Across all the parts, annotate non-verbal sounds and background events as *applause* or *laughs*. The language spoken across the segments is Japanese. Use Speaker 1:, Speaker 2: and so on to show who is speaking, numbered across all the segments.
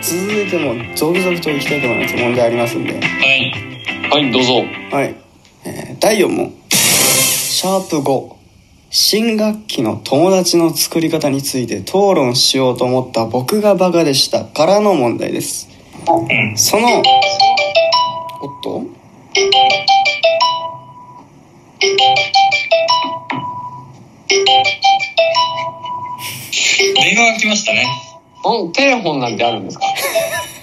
Speaker 1: ついても続々といきたいと思います問題ありますんで
Speaker 2: はい。はい、どうぞ。
Speaker 1: はい、えー第4問シャープ5新学期の友達の作り方について討論しようと思った僕がバカでしたからの問題です
Speaker 2: うん。
Speaker 1: そのおっと
Speaker 3: 電話が来ましたね。
Speaker 2: ほん、テレフォンなんてあるんですか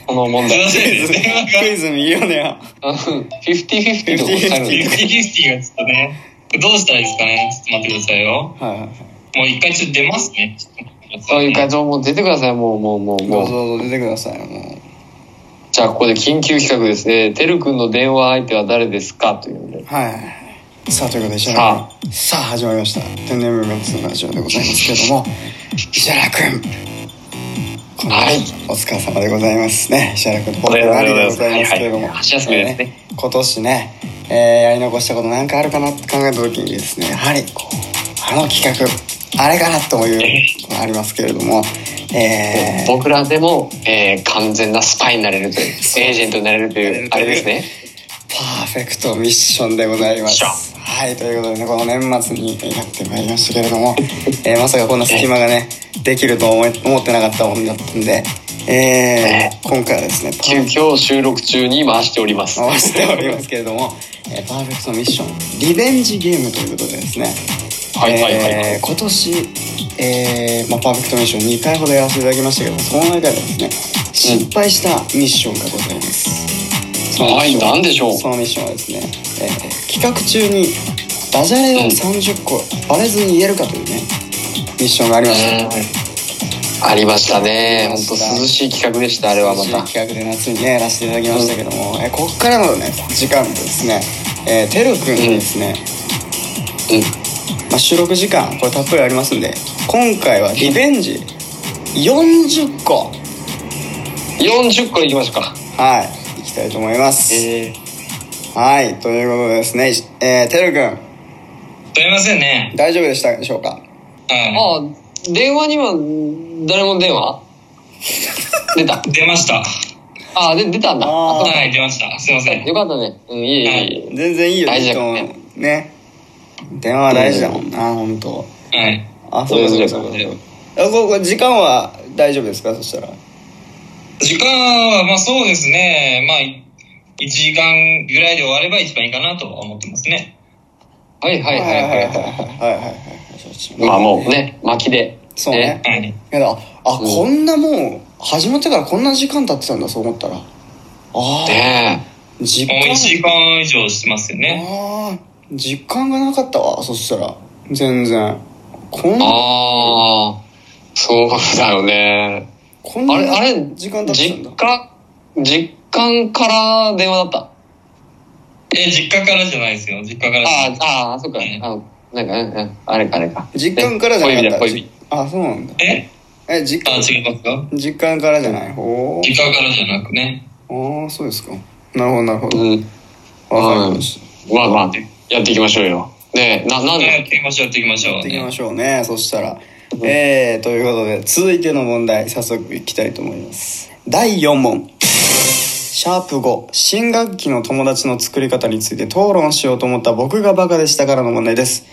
Speaker 2: この問
Speaker 3: すいま。
Speaker 2: 題
Speaker 1: ク
Speaker 3: せ
Speaker 1: イ
Speaker 3: ん。
Speaker 1: ズ
Speaker 3: 電話
Speaker 1: ク
Speaker 3: が、
Speaker 1: イズ右よね
Speaker 2: うん50-50とか書い
Speaker 3: フィ
Speaker 2: て
Speaker 3: フ
Speaker 2: ある
Speaker 3: ティフィフティがちょっとね、どうしたらいいですかね。ちょっと待ってくださいよ。
Speaker 1: はいはいはい
Speaker 3: もう一回ちょっと出ますね。ちょっと待ってくださ
Speaker 2: そう
Speaker 3: い
Speaker 2: いう
Speaker 3: ね
Speaker 2: 会長もう出てください、もう、もう、もう、
Speaker 1: ど
Speaker 2: も
Speaker 1: うぞ
Speaker 2: う。
Speaker 1: どうぞ出てくださいもう
Speaker 2: じゃあ、ここで緊急企画ですね。てるくんの電話相手は誰ですかというので。
Speaker 1: はいはいはいさあということで石原
Speaker 2: さ
Speaker 1: 君さあ始まりました天然ムーメンツのラジオでございますけれども石原君この
Speaker 2: はい
Speaker 1: お疲れ様でございますね石原君と
Speaker 2: お
Speaker 1: 本
Speaker 2: め
Speaker 1: 当に
Speaker 2: でとう
Speaker 1: あ
Speaker 2: ご
Speaker 1: りでご
Speaker 2: ざいます
Speaker 1: ざいますけれども
Speaker 2: はいはい箸休めですね
Speaker 1: えー今年ね、えーやり残したことなんかあるかなって考えた時にですねやはりこうあの企画あれかなというのがありますけれどもえー、
Speaker 2: 僕らでも、えー完全なスパイになれるという、エ
Speaker 1: そう
Speaker 2: ージェントになれるという、あれですね。
Speaker 1: パーフェクトミッションでございます
Speaker 2: ミッ
Speaker 1: はいということでねこの年末にやってまいりましたけれども、 *laughs* えーまさかこんな隙間がねできると思い思ってなかったもんだったんで、えー今回はですねパ
Speaker 2: 急
Speaker 1: ー
Speaker 2: 遽収録中に回しております。
Speaker 1: 回しておりますけれども、えーパーフェクトミッションリベンジゲームということでですね
Speaker 2: はいはいはいはい
Speaker 1: えー今年、えーまあ、パーフェクトミッション2回ほどやらせていただきましたけどその中でですね失敗したミッションがございます、そのミッション
Speaker 2: はい何でしょう
Speaker 1: そのミッションはですね、えー企画中にダジャレを30個バレずに言えるかというねミッションがありました、
Speaker 2: うんありましたね。本当涼しい企画でした、あれはま
Speaker 1: 楽
Speaker 2: た
Speaker 1: しい。企画で夏にねやらせていただきましたけども、えーここからのね時間でですね、えー、てるくんにですね、
Speaker 2: うん。
Speaker 1: まあ、収録時間これたっぷりありますんで今回はリベンジ40個
Speaker 2: 40個いきましょうか。
Speaker 1: はいいきたいと思います、
Speaker 2: えー
Speaker 1: はいということでですね、えー、てるく
Speaker 3: すいませんね
Speaker 1: ん。大丈夫でしたでしょうか
Speaker 3: う
Speaker 2: あ、電話には、誰も
Speaker 1: *laughs*
Speaker 2: 電話出た。
Speaker 3: ん。出ました。
Speaker 2: あ、で出たんだ。
Speaker 1: あー
Speaker 2: そうか
Speaker 3: はい、出ました。すいません。
Speaker 2: よかったね。うん、いえいえいえ。
Speaker 1: 全然いいよ
Speaker 2: 大事だからね
Speaker 1: ねね電話は大事だもんな本当
Speaker 3: はい。
Speaker 1: あ
Speaker 2: それぞれそ
Speaker 3: れぞ
Speaker 1: あここ時間は大丈夫ですかそしたら
Speaker 3: 時間は、まあそうですね。まあ、い1時間ぐらいで終われば一番いいかなとは思ってますね。
Speaker 2: はいはいはい
Speaker 1: はいはい
Speaker 2: は
Speaker 1: はいはい
Speaker 2: い。まあもうね、巻きで。
Speaker 1: そうね
Speaker 3: はい。
Speaker 1: いやだあ、
Speaker 2: うん
Speaker 1: こんなもう始まってからこんな時間経ってたんだそう思ったらああ
Speaker 2: ね。ね
Speaker 1: ー時
Speaker 3: もう1時
Speaker 1: 間
Speaker 3: 間以上してますよね。
Speaker 1: ああ時間がなかったわそしたら全然こん
Speaker 2: え。ああ、そうだよね。
Speaker 1: こん
Speaker 2: あれ、あれ、
Speaker 1: 時間経ってたんだ
Speaker 2: 実家、実家から電話だった。
Speaker 3: え、実家からじゃないですよ。実家から。
Speaker 2: ああ、ああ、そっか。あの、なんか、うんうんあれか、あれか。
Speaker 1: 実感からじゃなかった
Speaker 2: 恋人だ
Speaker 1: じあそうなんだ
Speaker 3: え
Speaker 1: え実
Speaker 3: あ、
Speaker 1: 感
Speaker 3: 違いますか
Speaker 1: 実感からじゃないほ
Speaker 3: 実家からじゃなくね。
Speaker 1: うああそうですかなるほどなるほど
Speaker 2: 恋人
Speaker 1: わかりました
Speaker 2: うん。まあまあ、やっていきましょうよ。ねえ、な、な
Speaker 3: は
Speaker 2: ん
Speaker 3: いやっ
Speaker 2: で、
Speaker 3: ていきましょう、やっていきましょう。
Speaker 1: やっていきま
Speaker 3: ね
Speaker 1: しょうねそしたら、えー、ということで続いての問題早速いきたいと思います第4問シャープ5新学期の友達の作り方について討論しようと思った僕がバカでしたからの問題です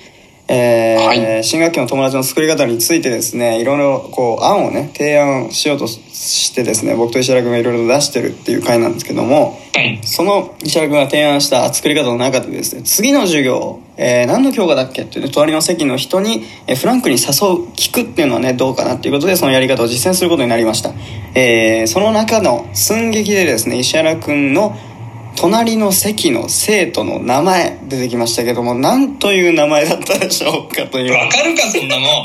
Speaker 1: えー
Speaker 2: は
Speaker 1: 新学期の友達の作り方についてですねいろいろこう案をね提案しようとしてですね僕と石原君がいろいろ出してるっていう回なんですけども
Speaker 3: はい。
Speaker 1: その石原君が提案した作り方の中でですね次の授業、えー何の教科だっけっていうね隣の席の人に、えーフランクに誘う聞くっていうのはねどうかなっていうことでそのやり方を実践することになりました、えーその中の寸劇でですね石原君の隣の席の生徒の名前出てきましたけども何という名前だったでしょうかという
Speaker 3: わかるか、そんなもん。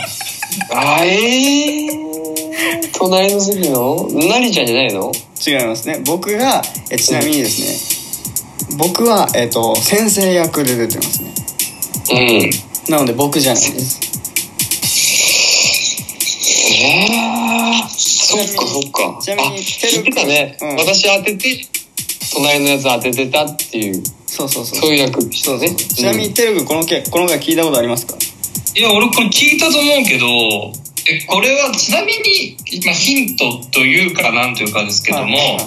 Speaker 2: あえー、隣の席の、なりちゃんじゃないの
Speaker 1: 違いますね僕がえーちなみにですね僕は、えー、と先生役で出てますね
Speaker 2: うん。え
Speaker 1: なので僕じゃないです
Speaker 2: ー、そっかそっか。
Speaker 1: ちなみに
Speaker 2: あ
Speaker 1: てる
Speaker 2: 言ってたね、
Speaker 1: うん
Speaker 2: 私当てて、隣のやつ当ててたっていう、
Speaker 1: そうそうそう
Speaker 2: そういう役でした
Speaker 1: そう
Speaker 2: ね。
Speaker 1: ね。ちなみ
Speaker 2: う
Speaker 1: に、てるくん、このけ、この回聞いたことありますか
Speaker 3: いや、俺これ聞いたと思うけど、でこれはちなみに、まあ、ヒントというかなんというかですけども、
Speaker 1: はい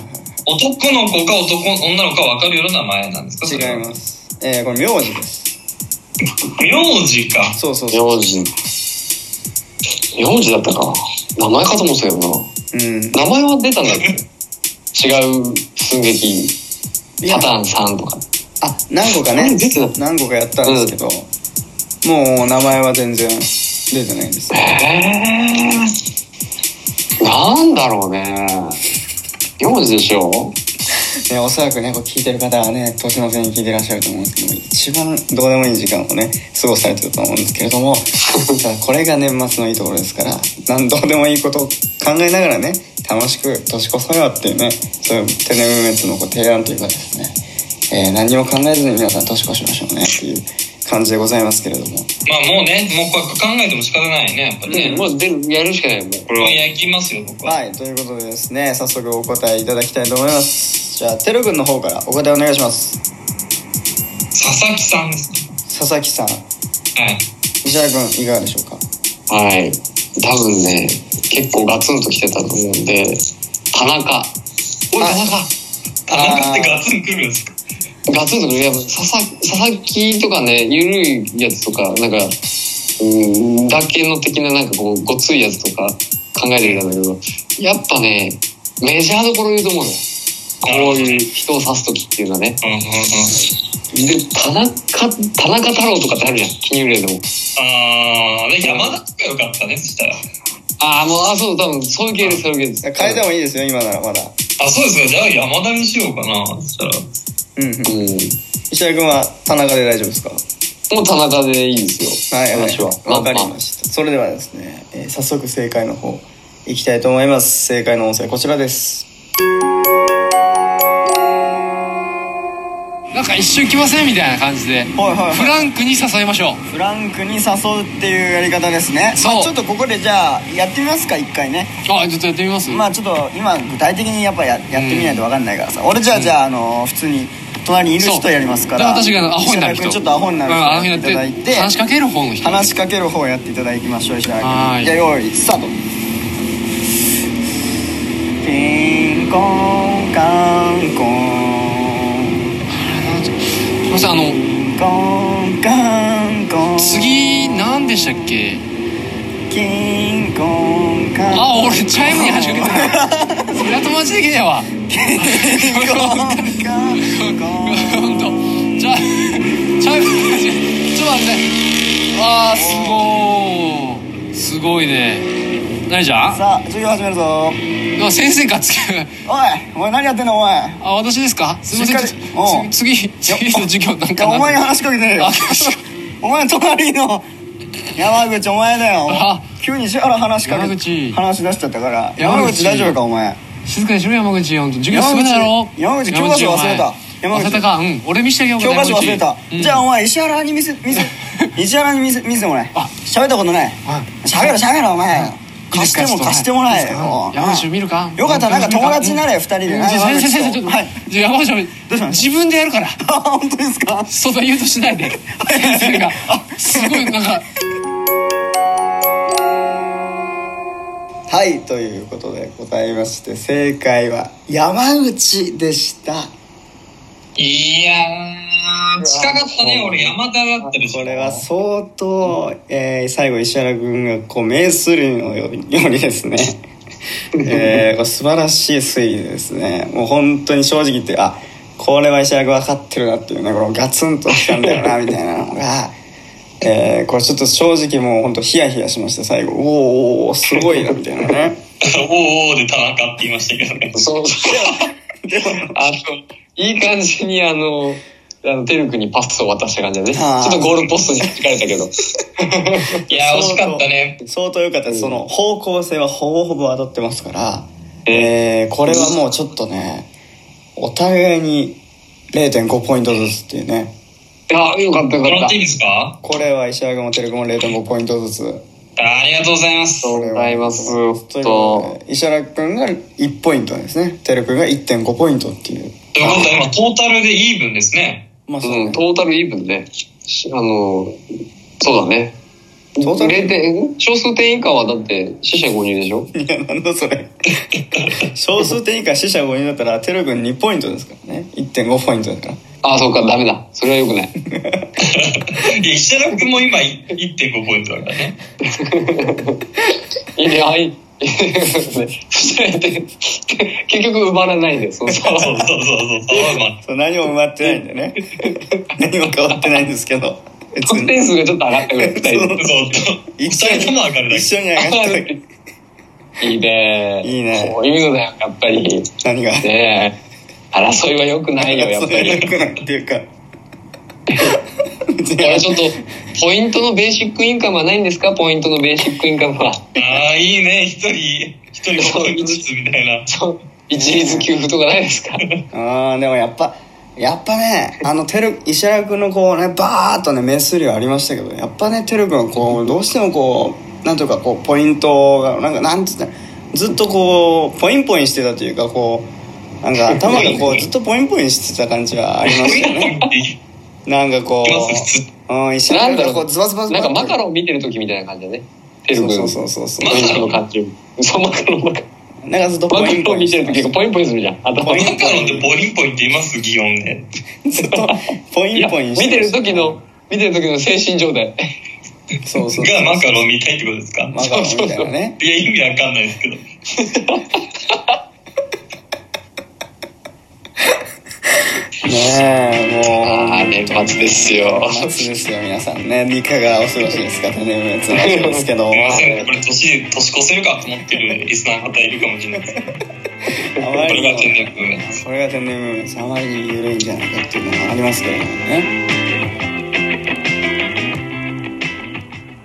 Speaker 3: 男の子か男女の子か分かるような名前なんですかそ
Speaker 1: 違
Speaker 3: れ
Speaker 1: います。えー、これ名字です。
Speaker 3: 名字か
Speaker 1: そうそうそう。
Speaker 2: 名字。名字だったか。名前かと思ってたけどな。
Speaker 1: うん。
Speaker 2: 名前は出たんだっけ違う寸劇、
Speaker 1: いや
Speaker 2: パターン3とか。
Speaker 1: あ、何個か
Speaker 2: う
Speaker 1: ね
Speaker 2: ん出てた、
Speaker 1: 何個かやったんですけど、もう名前は全然出てないんです。
Speaker 2: えー、なんだろうね。名字でしょ
Speaker 1: ね、おそらくね、こう聞いてる方はね、年の瀬に聞いてらっしゃると思うんですけども、一番どうでもいい時間をね、過ごされてると思うんですけれども、 *laughs* ただこれが年末のいいところですから、なんどうでもいいことを考えながらね、楽しく年越そうよっていうね、そういう天然無滅のご提案というかですね、えー何も考えずに皆さん年越しましょうねっていう感じでございますけれども、
Speaker 3: まあもうねもうこれ考えても仕方ないねやっぱね、
Speaker 2: ね、もう出るやるしかないもうこれ
Speaker 3: こ
Speaker 2: は
Speaker 3: れ焼きますよ僕は、
Speaker 1: はい、ということでですね、早速お答えいただきたいと思います。じゃあ、てるくんの方からお答えお願いします。
Speaker 3: 佐々木さんですね
Speaker 1: 佐々木さん、
Speaker 3: はい
Speaker 1: 石原くん、いかがでしょうか
Speaker 2: はい多分ね結構ガツンときてたと思うんで田中おい
Speaker 1: あ
Speaker 2: 田中
Speaker 3: 田中ってガツンくるんですか
Speaker 2: ガツンとくるいや佐々佐々木とかねゆるいやつとかなんかうんだけの的ななんかこうごついやつとか考えてみたんだけどやっぱねメジャーどころ言うと思うのよこういう人を指す時っていうのはね
Speaker 3: うんうんうん
Speaker 2: で田中田中太郎とかってあるじゃん金融例でも
Speaker 3: ああで山田とかよかったねそしたら
Speaker 2: ああもうあそう多分そういう系ですそういう系です
Speaker 1: 変えてもいいですよ、今ならまだ。
Speaker 3: あそうですねじゃあ山田にしようかなそしたら
Speaker 1: うんうん。
Speaker 2: うん
Speaker 1: 石原くんは田中で大丈夫ですか
Speaker 2: もう田中でいいですよ
Speaker 1: はい、
Speaker 2: 私は
Speaker 1: わかりました。それではですね、えー早速正解の方、いきたいと思います。正解の音声、こちらです。
Speaker 4: なんか一瞬来ませんみたいな感じで
Speaker 1: はいはい
Speaker 4: フランクに誘いましょう
Speaker 1: フランクに誘うっていうやり方ですね。
Speaker 4: そう
Speaker 1: まあちょっとここでじゃあ、やってみますか、一回ね。
Speaker 4: あちょっとやってみます
Speaker 1: まあちょっと今具体的にやっぱややってみないと分かんないからさ、俺じゃあじゃあ、あの普通に隣にいる人やりますから
Speaker 4: そうで私がアホになる
Speaker 1: 石原君
Speaker 4: 人
Speaker 1: ちょっとアホにな
Speaker 4: うんア
Speaker 1: る
Speaker 4: ホ
Speaker 1: 人
Speaker 4: に
Speaker 1: やっ
Speaker 4: なって
Speaker 1: いただい
Speaker 4: て
Speaker 1: て
Speaker 4: 話しかける方の人
Speaker 1: 話しかける方をやっていただきましょう石原
Speaker 4: は
Speaker 1: 君
Speaker 4: ーい
Speaker 1: じゃあ用意スタートピンコンカンコン
Speaker 4: すいませんあの
Speaker 1: ピンコンカンコン
Speaker 4: 次何でしたっけ
Speaker 1: キンコンカン
Speaker 4: あ俺チャイムに話しか
Speaker 2: *laughs*
Speaker 4: けてないそれは友達できねえわ
Speaker 1: キン
Speaker 4: *laughs*
Speaker 1: コンカンコ
Speaker 4: 本
Speaker 1: ン
Speaker 4: 当。じゃ *laughs* あチャイムちょっと待ってねわあすごいすごいね何じゃん
Speaker 1: さあ授業始めるぞ
Speaker 4: うわ先生かつけ
Speaker 1: おいお前何やってんのお前
Speaker 4: あ私ですかすいません
Speaker 1: しっかりおう
Speaker 4: つ次次の授業な
Speaker 1: い
Speaker 4: ん
Speaker 1: や
Speaker 4: かな
Speaker 1: お前に話しかけてねえよ
Speaker 4: あそう
Speaker 1: *laughs* お前の隣の山口お前だよ
Speaker 4: あ
Speaker 1: 急に石原話しかけ
Speaker 4: 山口
Speaker 1: 話し出しちゃったから
Speaker 4: 山口
Speaker 1: 山口大丈夫かお前
Speaker 4: 静かにしろ山口本当授業進めだろ
Speaker 1: 山口山口教科書忘れた山口
Speaker 4: 山口忘れたかうん俺見してあげようか
Speaker 1: 教科書忘れた、
Speaker 4: うん
Speaker 1: じゃあお前石原に見せ
Speaker 4: *laughs*
Speaker 1: 見せ石原に見せ見せてもらえ
Speaker 4: あ
Speaker 1: 喋ったことない喋ろ喋ろお前貸しても貸してもらえよ
Speaker 4: 山口見るか
Speaker 1: よかったらなんか友達になれよ二人で
Speaker 4: うん
Speaker 1: な
Speaker 4: じゃあ
Speaker 1: 山口と
Speaker 4: 先生先生ちょっと
Speaker 1: はい *laughs*
Speaker 4: じゃあ山口
Speaker 1: どうしたの
Speaker 4: 自分でやるから
Speaker 1: あ本当ですか
Speaker 4: そんな言うとしないで先生があすごいなんか
Speaker 1: はいということでございまして正解は山口でした
Speaker 3: いやー近かったね俺山田だったでしょ
Speaker 1: これは相当、えー最後石原君がこう名推理のようにようにです *laughs* ね、えーこれ素晴らしい推理ですねもう本当に正直言ってあこれは石原君分かってるなっていうねこのガツンときたんだよなみた *laughs* いなのが、えーこれちょっと正直もう本当ヒヤヒヤしました最後おーおーおーすごいなみたいなね
Speaker 3: おうおうで田中って言いましたけどね。
Speaker 2: そう
Speaker 1: *laughs* でも
Speaker 2: あのいい感じにあのあのテル君にパスを渡した感じだねち
Speaker 1: あー
Speaker 2: ょっとゴールポストに引かれたけど *laughs*
Speaker 3: いやー、惜しかったね。
Speaker 1: 相当良かったですその方向性はほぼほぼ当たってますから、
Speaker 2: え
Speaker 1: えーこれはもうちょっとねお互いに0.5ポイントずつっていうね
Speaker 2: ー、あよかったよ
Speaker 3: も
Speaker 2: からっ
Speaker 3: っていい
Speaker 2: た
Speaker 3: ですか
Speaker 1: これは石原君も照君も0.5ポイントずつ
Speaker 3: あーありがとうございます。
Speaker 2: ありがとうございます
Speaker 1: ということで石原君が1ポイントですね照君が1.5ポイントっていう
Speaker 3: ということは今、トータルでイーブンですね。 *laughs*
Speaker 1: まあそう
Speaker 2: う
Speaker 1: ね
Speaker 2: ん、トータルイーブンねしあのそうだね
Speaker 1: トータル
Speaker 2: 0点、少数点以下はだって、死者5人でしょ
Speaker 1: いや、なんだそ
Speaker 3: *laughs*
Speaker 1: れ。少数点以下死者5人だったら、テル君2ポイントですからね。1.5ポイントだから。
Speaker 2: ああ、そうか、ダメだ。それは良くない。
Speaker 3: いや、石田君も今い1.5ポイントだからね。
Speaker 2: いや、はい。 *laughs* そしたらで結局埋まらないんだよ、その差
Speaker 3: そう
Speaker 2: は
Speaker 3: そうそうそう、そうまあ
Speaker 1: そう何も埋まってないんでね。何も変わってないんですけど。別
Speaker 2: 得点数がちょっと上がったぐらい、二人
Speaker 1: そう
Speaker 3: そう。二
Speaker 1: 一緒
Speaker 3: 人とも上がる
Speaker 1: に、
Speaker 3: だ
Speaker 1: 一緒に上がった
Speaker 2: で。いいね
Speaker 1: いいね
Speaker 2: こういうのだよ、やっぱり。
Speaker 1: 何が。
Speaker 2: ねえ。争いは良くないよ、やっぱ
Speaker 1: それ
Speaker 2: り。
Speaker 1: 良くないっていうか。別
Speaker 2: これち
Speaker 1: に
Speaker 2: ょっと、ポイントのベーシックインカムはないんですかポイントのベーシックインカムは。
Speaker 3: け。ああ、いいね。一人、一人5ポイントずつみたいな。
Speaker 2: そう一律給付とかないで
Speaker 1: *laughs*
Speaker 2: すか
Speaker 1: あーでもやっぱやっぱねあのテル石原君のこうねバーっとね名数量ありましたけどやっぱねテル君はこうどうしてもこうなんというかこうポイントがなんかなんつったらずっとこうポインポインしてたというかこうなんか頭がこうずっとポインポインしてた感じはありましたよねなんか
Speaker 2: *laughs*
Speaker 1: こう、うん、石
Speaker 2: な
Speaker 1: 原
Speaker 2: んだ
Speaker 1: 君
Speaker 2: ろ
Speaker 1: がこうズバズバ
Speaker 2: う、
Speaker 1: ズバ
Speaker 2: なん
Speaker 1: っ
Speaker 2: か
Speaker 1: と
Speaker 2: マカロン見てる時みたいな感じだね。テル
Speaker 1: そ
Speaker 2: 君
Speaker 1: うそうそ
Speaker 2: の
Speaker 1: うそうそ
Speaker 2: ポイントの感じ。そう、マカロン、マカロン。
Speaker 1: うなんかずっと
Speaker 2: マ
Speaker 1: ポ
Speaker 2: カ
Speaker 1: インポ
Speaker 2: ロン
Speaker 1: イン
Speaker 2: 見
Speaker 1: してて
Speaker 2: る
Speaker 1: ま
Speaker 2: と
Speaker 1: した
Speaker 2: 結構ポインポインするじゃん。頭
Speaker 1: ポイン
Speaker 3: マカロンってポインポインって言います擬音で。
Speaker 1: ずっとポ
Speaker 2: い
Speaker 1: イ
Speaker 2: や
Speaker 1: ンポイン
Speaker 2: 見
Speaker 1: してま
Speaker 2: てる
Speaker 1: した
Speaker 2: 時の、見てる時の精神状態。
Speaker 1: そうそう
Speaker 3: がマカロン見たいってことですか
Speaker 1: マカロンみたいなね
Speaker 3: いや、意味わかんないですけど。
Speaker 1: ねえもう
Speaker 2: ああ、年末ですよ。
Speaker 1: 夏ですよ皆さんねいかがお過ごしですかとね
Speaker 2: *laughs*
Speaker 1: つの話ですけど
Speaker 3: すいま
Speaker 1: あ
Speaker 3: せんね。これ年、年越せるかと思ってるリスナーの方いるかもしれないですけど。こ
Speaker 1: ま
Speaker 3: れ
Speaker 1: り
Speaker 3: が
Speaker 1: に
Speaker 3: 全然不明です。
Speaker 1: これが天然文明ですあまりに緩いんじゃないかっていうのがありますけれどもね